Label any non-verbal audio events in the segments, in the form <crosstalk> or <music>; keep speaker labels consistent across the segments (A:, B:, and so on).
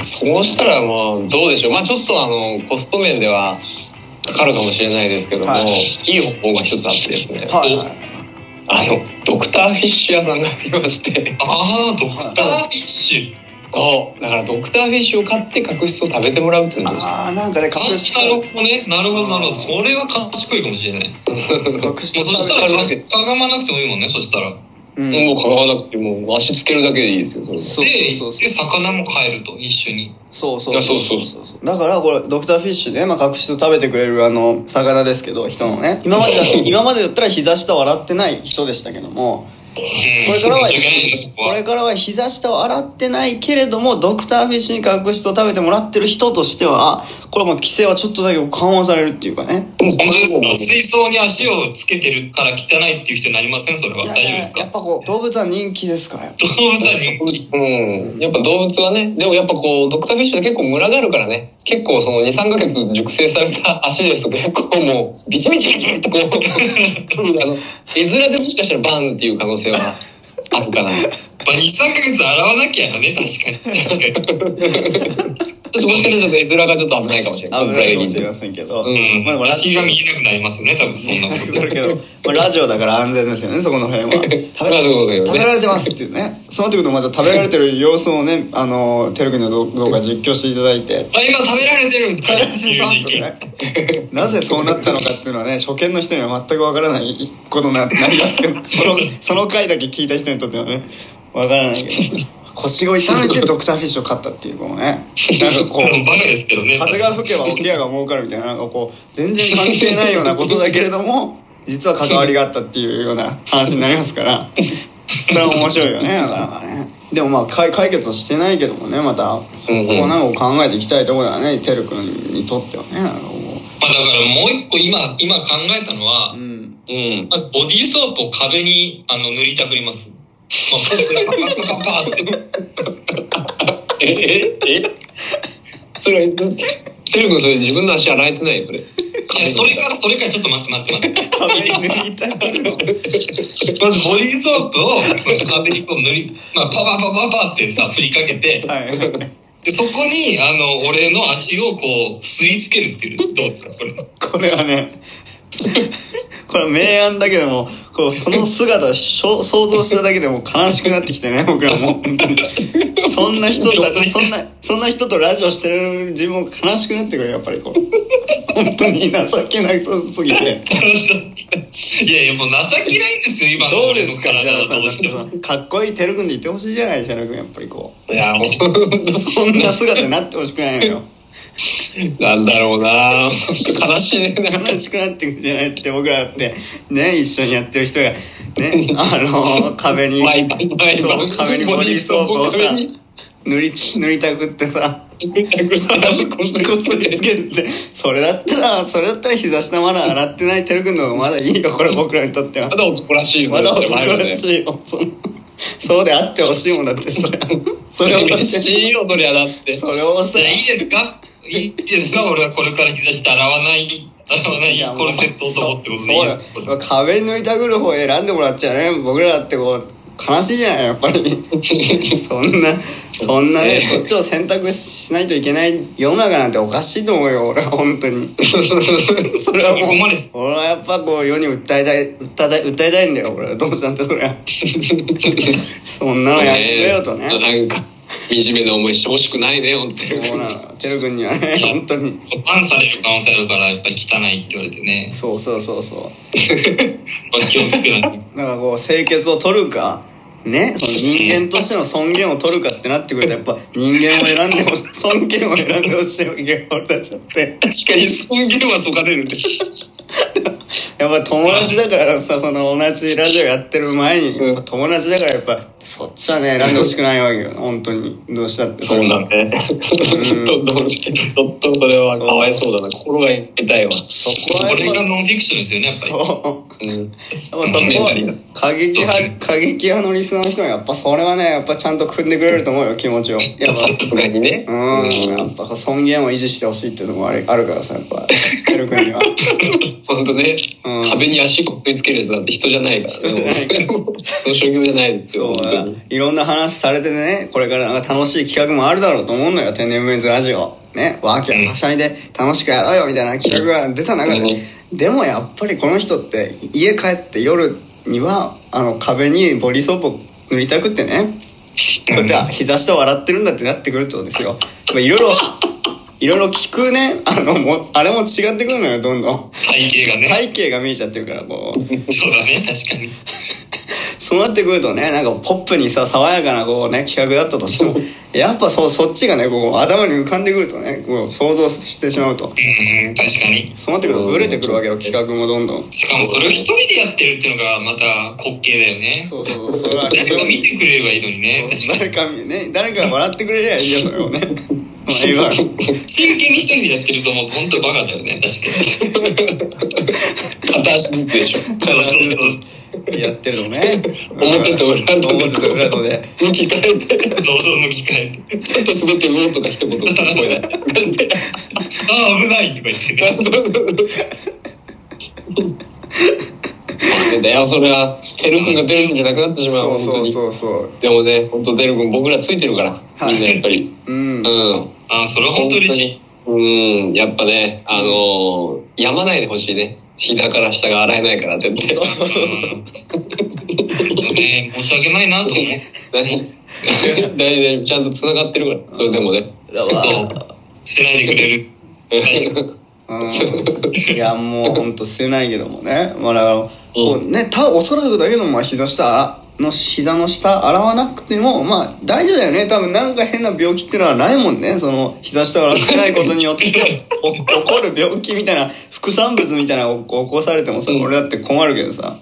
A: そうしたらもうどうでしょうまあちょっとあのコスト面ではかかるかもしれないですけども、
B: はい
A: い、い方法が一つあってですね、
B: はいはい
A: あのドクターフィッシュ屋さんがありまして
C: ああ、ドクターフィッシュ。
A: そうだからドクターフィッシュを買って角質を食べてもらうっていうんですよ
B: ああなんかね
C: あ
B: 隠し
C: なるほどね。なるほど、なるほど。それは賢いかもしれない。もう
B: 隠し
C: そした
A: あ
C: ら、
A: る
C: か
A: わけ
C: がまなくてもいいもんね、そしたら。
B: うん
A: もうかわなくてもう足つけるだけでいいですよそれは
B: そう
C: で、
B: そうそう
C: で魚も買えると、一緒に。
B: そうそ
A: いうや
B: そ
A: そうう
B: そ
A: そうう
B: そうだからこれドクターフィッシュね、まあ、角質を食べてくれるあの魚ですけど人のね今までだ今までだったら膝下を洗ってない人でしたけどもこれからは
C: <laughs> 申し訳ないんです、こ
B: これからは膝下を洗ってないけれどもドクターフィッシュに角質を食べてもらってる人としてはこれはもう規制はちょっとだけ緩和されるっていうかね
A: もう
C: 本当ですか
A: も
C: 水槽に足をつけてるから汚いっていう人になりませんそれはい大
B: や
C: 丈夫です
B: や
C: か
B: っぱこう動物は人気ですからやっ
C: 動物は人気
A: うん、やっぱ動物はねでもやっぱこうドクターフィッシュって結構群がるからね結構その23ヶ月熟成された <laughs> 足ですと結構もうビチビチビチってこう <laughs> あの絵面でもしかしたらバンっていう可能性はあるかなち
C: まあ、23ヶ月洗わなきゃね確かに確か
A: ょっともしかしたらちょっと絵面がちょっ
C: に
A: と危ないかもしれない
B: ぱ危ないかもしれ
A: コンプライアン
B: ませんけど、
C: うん、
B: まあでもラ
C: 足が見えなくなりますよね多分そん
B: <laughs>
C: なことす
B: だ
C: る
B: けど、まあ、ラジオだから安全ですよねそこの辺は食べ
A: <laughs> そうそうだよね
B: 食べられてますっていうねその時のまた食べられてる様子をねあのテレビの動画実況していただいて
C: あ今食べられてると
B: 食
C: か
B: べられ
C: 言 <laughs> う
B: てるぞ
C: 時
B: と
C: 期
B: ね <laughs> なぜそうなったのかっていうのはね初見の人には全くわからないことにななります
A: <laughs>
B: けどそのその回だけ聞いた人にとってはねわからないけ
A: <laughs>
B: ど腰を痛めてドクターフィッシュを買ったっていうこのねなんかこう
C: バカですけどね
B: 風が吹けば桶屋が儲かるみたいななんかこう全然関係ないようなことだけれども <laughs> 実は関わりがあったっていうような話になりますから <laughs> それは面白いよねなかなかねでもまあ解解決はしてないけどもねまたそこをなんか考えていきたいところだねてるくんにとってはねなんかこ
C: まあ、だからもう一個今今考えたのは、
B: う <laughs> うん
A: グうん
C: まずボディーソープを壁にあの塗りたくります、
B: <laughs>
C: まあ、パパパパパって
A: えええそれてるくんそれ自分の足洗えてないそれ
C: いやそれからそれからちょっと待って待って待って
B: 壁に塗りたくなる
C: まずボディーソープを壁にこう塗り、まあ、パパパパパってさ振りかけて
B: はい
C: でそこにあの俺の足をこう吸い付けるっていうどうですかこれ
B: これはね <laughs> これは明暗だけでもこうその姿をしょ想像しただけでも悲しくなってきてね僕らも本当にそんな人だそんなそんな人とラジオしてる自分も悲しくなってくるやっぱりこう本当に情けなさすぎて
C: いやいやもう情けないんですよ今の
B: どう
C: 俺
B: で
C: の
B: すかじ
C: 体
B: ゃ
C: はどうしても
B: あさかっこいいてるくんで言ってほしいじゃないじゃなくやっぱりこ
A: いやもう
B: うそんな姿になってほしくないのよ
A: なんだろうな本当悲しいね
B: 悲しくなってくるじゃないって僕らだってね一緒にやってる
A: <laughs>
B: 人がねあの壁に
A: 毎晩毎晩
B: そう壁にボディーソープをさ
A: 壁に
B: 塗りつ塗りたくっ
A: <laughs>
B: てさ
A: こ
B: それをこすりつけてそれだったらそれだったら膝下まだ洗ってないてるくんの方がまだいいよこれ僕らにとって
A: <laughs>
B: は
A: まだ男らしいよね
B: まだ男
A: 前はね
B: らしいよそのそうであってほしいもんだってそれそれ
A: <laughs>
B: を
A: 嬉しいよそりゃだって
B: それをさ
C: じゃあいいで
B: <laughs>
C: すかいいですか俺はこれから膝下洗わない洗わないコルセット男ってことでいいですかこ
B: そう
C: れ
B: そうよ壁塗りたくる方選んでもらっちゃうね僕らだってこう悲しいじゃないやっぱ
C: <laughs>
B: りそんなそんなねそっちを選択しないといけない世の中なんておかしいと思うよ俺は本当
C: <laughs>
B: にそれはも
C: そこまで
B: う
C: です
B: 俺はやっぱこう世に訴えたい訴えたい訴えたいんだよ俺はどうしたんだそれ
C: <laughs>
B: はそんなのやってくれよとね
A: なんか惨めな思いしてほしくないね本当に
B: そうなのてるくんにはね本当に
C: バンされる可能性あるからやっぱり汚いって言われてね、
B: そうそうそうそう
C: まあ、気をつけないと
B: なんかこう清潔を取るかねその人間としての尊厳を取るかってなってくるとやっぱ人間を選んでほしい尊厳を選んでほしいわけよ俺たちだって
A: 確かに尊厳はそがれるね
B: やっぱ友達だからさその同じラジオやってる前に
A: うん
B: やっぱ友達だからやっぱそっちはね選んでほしくないわけよ本当にどうしたって
A: そうなんだね
B: ん
A: どんどんしてちょっとそれはかわいそうだな心が痛いわ
B: そこは
C: これが
B: やっ
C: ノンフィクションですよねやっぱり
B: ぱそう
A: うん
B: やっぱそこは過激派過激派のリスナーの人がやっぱそれはねやっぱちゃんと組んでくれると思うよ気持ちをやっぱ
A: さすがにね
B: うん、やっぱこう尊厳を維持してほしいっていうのもあれあるからさ、やっぱ、てるくんには。
A: 本当ね、
B: うん
A: 壁に足こすりつけるやつなんて人じゃないから、
B: 人じゃないから
A: もうその職業じゃないですよ、
B: <laughs> そう
A: 本当に。
B: いろんな話されてねこれからなんか楽しい企画もあるだろうと思うのよ天然ウメンズラジオねワーキャーはしゃいで楽しくやろうよみたいな企画が出た中で、でもやっぱりこの人って家帰って夜にはあの壁にボディソープを塗りたくってねこうやってあ膝下を洗ってるんだってなってくるってことですよまあいろいろいろいろ聞くねあのもあれも違ってくるのよどんどん
C: 背景が
B: <laughs>
C: ね。
B: 背景が見えちゃってるからこう
C: そうだね、確かに。
B: そうなってくるとねなんかポップにさ爽やかなこうね企画だったとしてもやっぱそうそっちがねこう頭に浮かんでくるとねこう想像してしまうと
C: うん、確かに。
B: そうなってくるとブレてくるわけよ企画もどんどん
C: しかもそれを一人でやってるっていうのがまた滑稽だよね。
B: そうそうそれは
C: 誰か見てくれればいいのにね。確かに。
B: 誰かね誰かが笑ってくれりゃいいよそ <laughs> れをねまあ今 <laughs>
C: 真剣に一人でやってると思うと本当バカだよね、確かに。 <laughs>
A: 片足ずつでしょ。
C: そうそうそう。
B: やってるのね
A: 表と裏と
B: 表と裏とで
A: 向き変えて、
C: 想像の機会。
A: ちょっと滑ってうおーとか一言声出して。
C: ああ、危ないとか言ってね。
A: そうそうそうそう。なんでだよ、それは。てるくんが出るんじゃなくなってしまう、
B: そう
A: 本
B: そ
A: 当
B: う
A: に。
B: そうそう
A: でもね、本当てるくん、僕らついてるから、
B: い
A: みんなやっぱり。
B: <laughs> うん
A: うん。
C: ああ、それは本当嬉しい。
A: うん、やっぱね、あのー、やまないでほしいね。膝から下が洗えないからって言って
B: そう。そうそう
C: うんね、申し訳ないなと思う。
A: 何大丈夫、ちゃんと繋がってるから、それでもね。
B: だから
C: 捨てないでくれる。
B: うんいやもうほんと捨てないけどもねまあだからこうねたおそらくだけどもまあ膝下あらの膝の下洗わなくてもまあ大丈夫だよね多分なんか変な病気ってのはないもんねその膝下を洗ってないことによって <laughs> お起こる病気みたいな副産物みたいなのを起こされてもさ俺だって困るけど <laughs> さ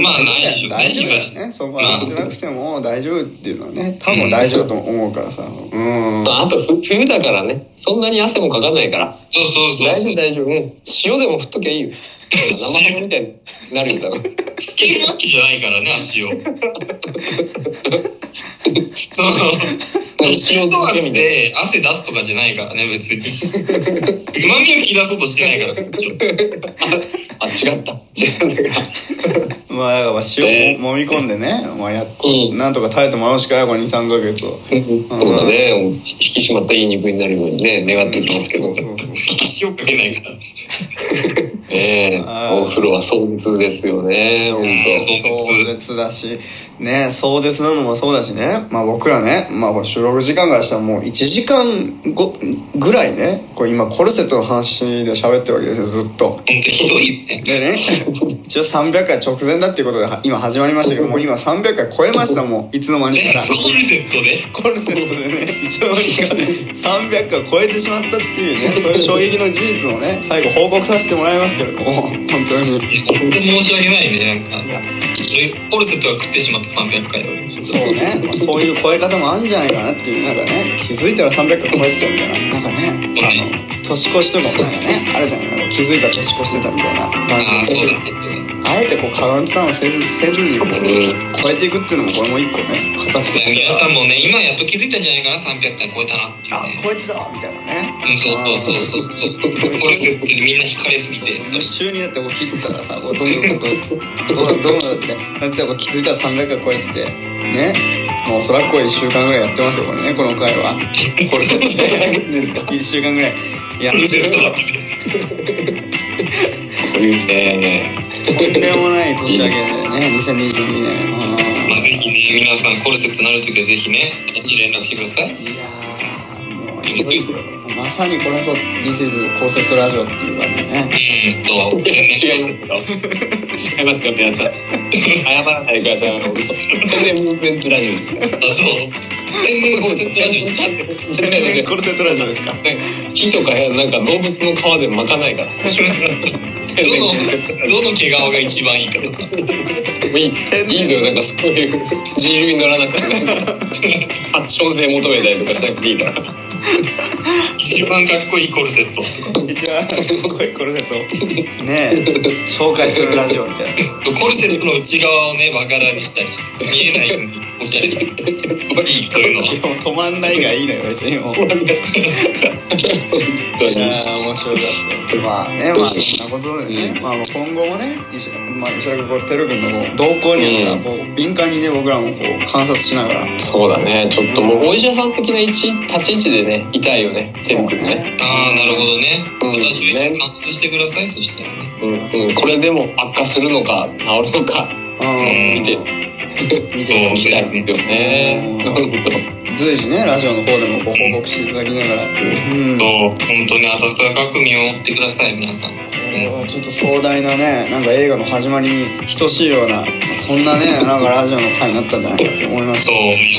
C: まあ、ないでしょうね、
B: 大丈夫
C: 東
B: だよねそこは洗ってなくても大丈夫っていうのはね多分大丈夫だと思うからさうん
A: まあ、あと、ふ冬だからね、そんなに汗もかかないから。
C: そうそうそう。
A: 大丈夫、大丈夫。うん塩でも振っときゃいいよ。生ハムみたいになるよ、多 <laughs> 分。
C: つけるわけじゃないからね、足を。そう。
A: 足
C: 足
A: を
C: を
A: つ
C: つ
A: け
C: け
A: みたいな
C: て汗出すとかじゃないからね、別に。うまみを引き出そうとしてないから、こっちは
A: あ、違った。違ったか。
B: まあだからまあ塩も揉み込んでね、まあ、やっ
A: うん
B: なんとか耐えてもらうしかないこれ23ヶ月を
A: そうだね。引き締まったいい肉になるようにね、願っておきますけど。
B: そうそうそ
C: 塩かけないから。
A: ええ
B: あー
A: お風呂は壮絶ですよね、
C: う
A: 本
C: んそう
B: う壮絶だしね壮絶なのもそうだしねまあ僕らね、まあ、これ収録時間からしたらもう1時間後ぐらいねこれ今コルセットの話で喋ってるわけですよずっと
C: ほんとひどいよね。
A: <laughs>
B: でね一応300回直前だっていうことでは今始まりましたけどもう今300回超えましたもういつの間に
C: ね、
B: か
C: コンセプトで。
B: コルセットでねいつの間にか300回超えてしまったっていうねそういう衝撃の事実をね最後報告させてもらいますけれども本当に
C: いやほんと申し訳ないね、なんか
B: いや。
C: コルセットが食ってしまった300回はちょっと
B: そうね、まあ、そういう超え方もあるんじゃないかなっていうなんかね気づいたら300回超えてたみたいななんかねあの年越しとかもなんかねあるじゃないなんか気づいたら年越してたみたいな、ま
C: ああ、そう
B: あ、
C: だね、そうだね。
B: あえてこうカウントダウンせずせずにこう超えていくっていうのもこれも一個ね形として
C: 皆さんもね、今やっと気づいたんじゃないかな、300回超えたなっていう
B: あ
C: ね。
B: 超えてたわみたいなね
C: うん、そうそうそうそう。コルセットにみんな惹かれすぎて、 <laughs> やっぱり。
B: 中になってこう聞いてたらさこうどんどんこうどうどうなってなってたらこう気づいたら300回超えててねもうおそらくこれ1週間ぐらいやってますよこれねこの回はこれ
A: 当に。ですか
B: 1週間ぐらいやっ
C: コルセ
B: てる
C: ットだっ
B: と
C: て。
A: こういうね。
B: とんでもない年明けでね2022年
C: まあ、
B: う
C: ぜひね、皆さんコルセットになるときはぜひね、私に連絡してください。
B: んいやーもういよいよまさにこれぞ「This is コルセットラジオ」っていう感じでね
C: うんと、天然
A: 違いますか違いますか皆さん。謝らないでください。あの、全然ムーブメンツラジオです <laughs> から。
C: あ、そう。天然コルセットラジオにちゃんと。
A: 違う違う違う
B: コルセットラジオですか
A: 火とか、なんか動物の皮で <laughs> 巻かないから。
C: どの、どの毛皮が一番いいかとか。
A: もいい。いいのよ、なんかそういう <laughs> 自由に乗らなくて、なんか、ファッション性求めたりとかしなくていいから。
C: 一番かっこいいコルセットとか。
B: 一番かっこいいコルセットねえ紹介するラジオみたいな
C: コルセットの内側をね、和柄にしたりして、見えないようにおしゃれする。いい、そういうのは。
B: いやもう止まんないがいい <laughs> のよ別にもういやー面白かったまあねまあそんなことでね、まあ、まあ今後もね石,、まあ、石田君こうテル君のこう動向にもさ、
A: うん
B: こう敏感にね僕らもこう観察しながら
A: <laughs> そうだね、ちょっともうお医者さん的な位置立ち位置でね、いたいよね、テル君ね。
C: ああ、なるほどね。
A: うん
C: 私は一緒に観察してください、そしたらね。
A: うん、うん、これでも悪化するのか、治るのか、
B: うん
A: 見て、
B: 見て
A: 期待ですよね。
B: うん
A: 本当。
B: 随時ねラジオの方でもご報告していただきながらうん
C: と、本当に温かく見守ってください、皆さん。
B: これはちょっと壮大なねなんか映画の始まりに等しいようなそんなねなんかラジオの回になったんじゃないかって思います
C: そう、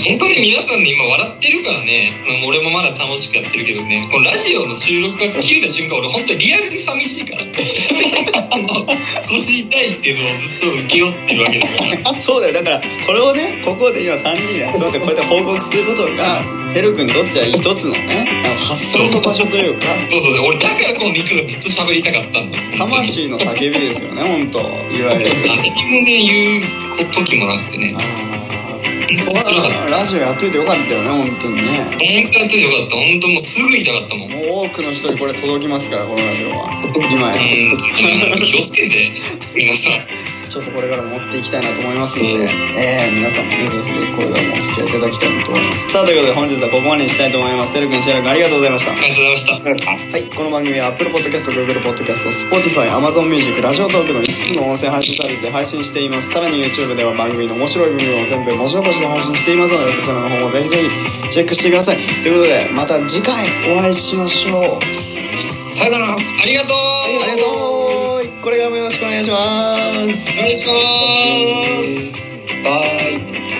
C: 本当に皆さんね、今笑ってるからね、俺もまだ楽しくやってるけどね、このラジオの収録が切れた瞬間、俺本当にリアルに寂しいから。 <laughs> あの腰痛いっていうのをずっと受け負ってるわけだから。
B: あ <laughs> そうだよだからこれをねここで今3人で集まってこうやって報告することがてるくんにとっては一つのねなんか発想の場所というか
C: そうそう、俺だからこの肉がずっと喋りたかったんだ。
B: 魂の叫びですよね本当いわゆる
C: 誰にもね、言う時もなくてね
B: あ。ーそうだなラジオやっといてよかったよね本当にね
C: 本当やっててよかった。本当もうすぐ痛かったもん。うん、
B: もう多くの人にこれ届きますからこのラジオは今や
C: 本当に気をつけて、皆さん。
B: ちょっとこれから持っていきたいなと思いますので、えー、皆さんもね、ぜひこれからもお付き合いいただきたいなと思います。さあ、ということで本日はここまでにしたいと思います。てるくん、しらくん、ありがとうございました。
C: ありがとうございました。
B: はい、この番組は Apple Podcast、Google Podcast、Spotify、Amazon Music、ラジオトークの5つの音声配信サービスで配信しています。さらに YouTube では番組の面白い部分を全部文字起こしで配信していますので、そちらの方もぜひぜひチェックしてください。ということで、また次回お会いしましょう。
C: さよなら。ありがとう。
B: ありがとうこれからもよろしくお願いします。
C: お願いします。
A: バイ。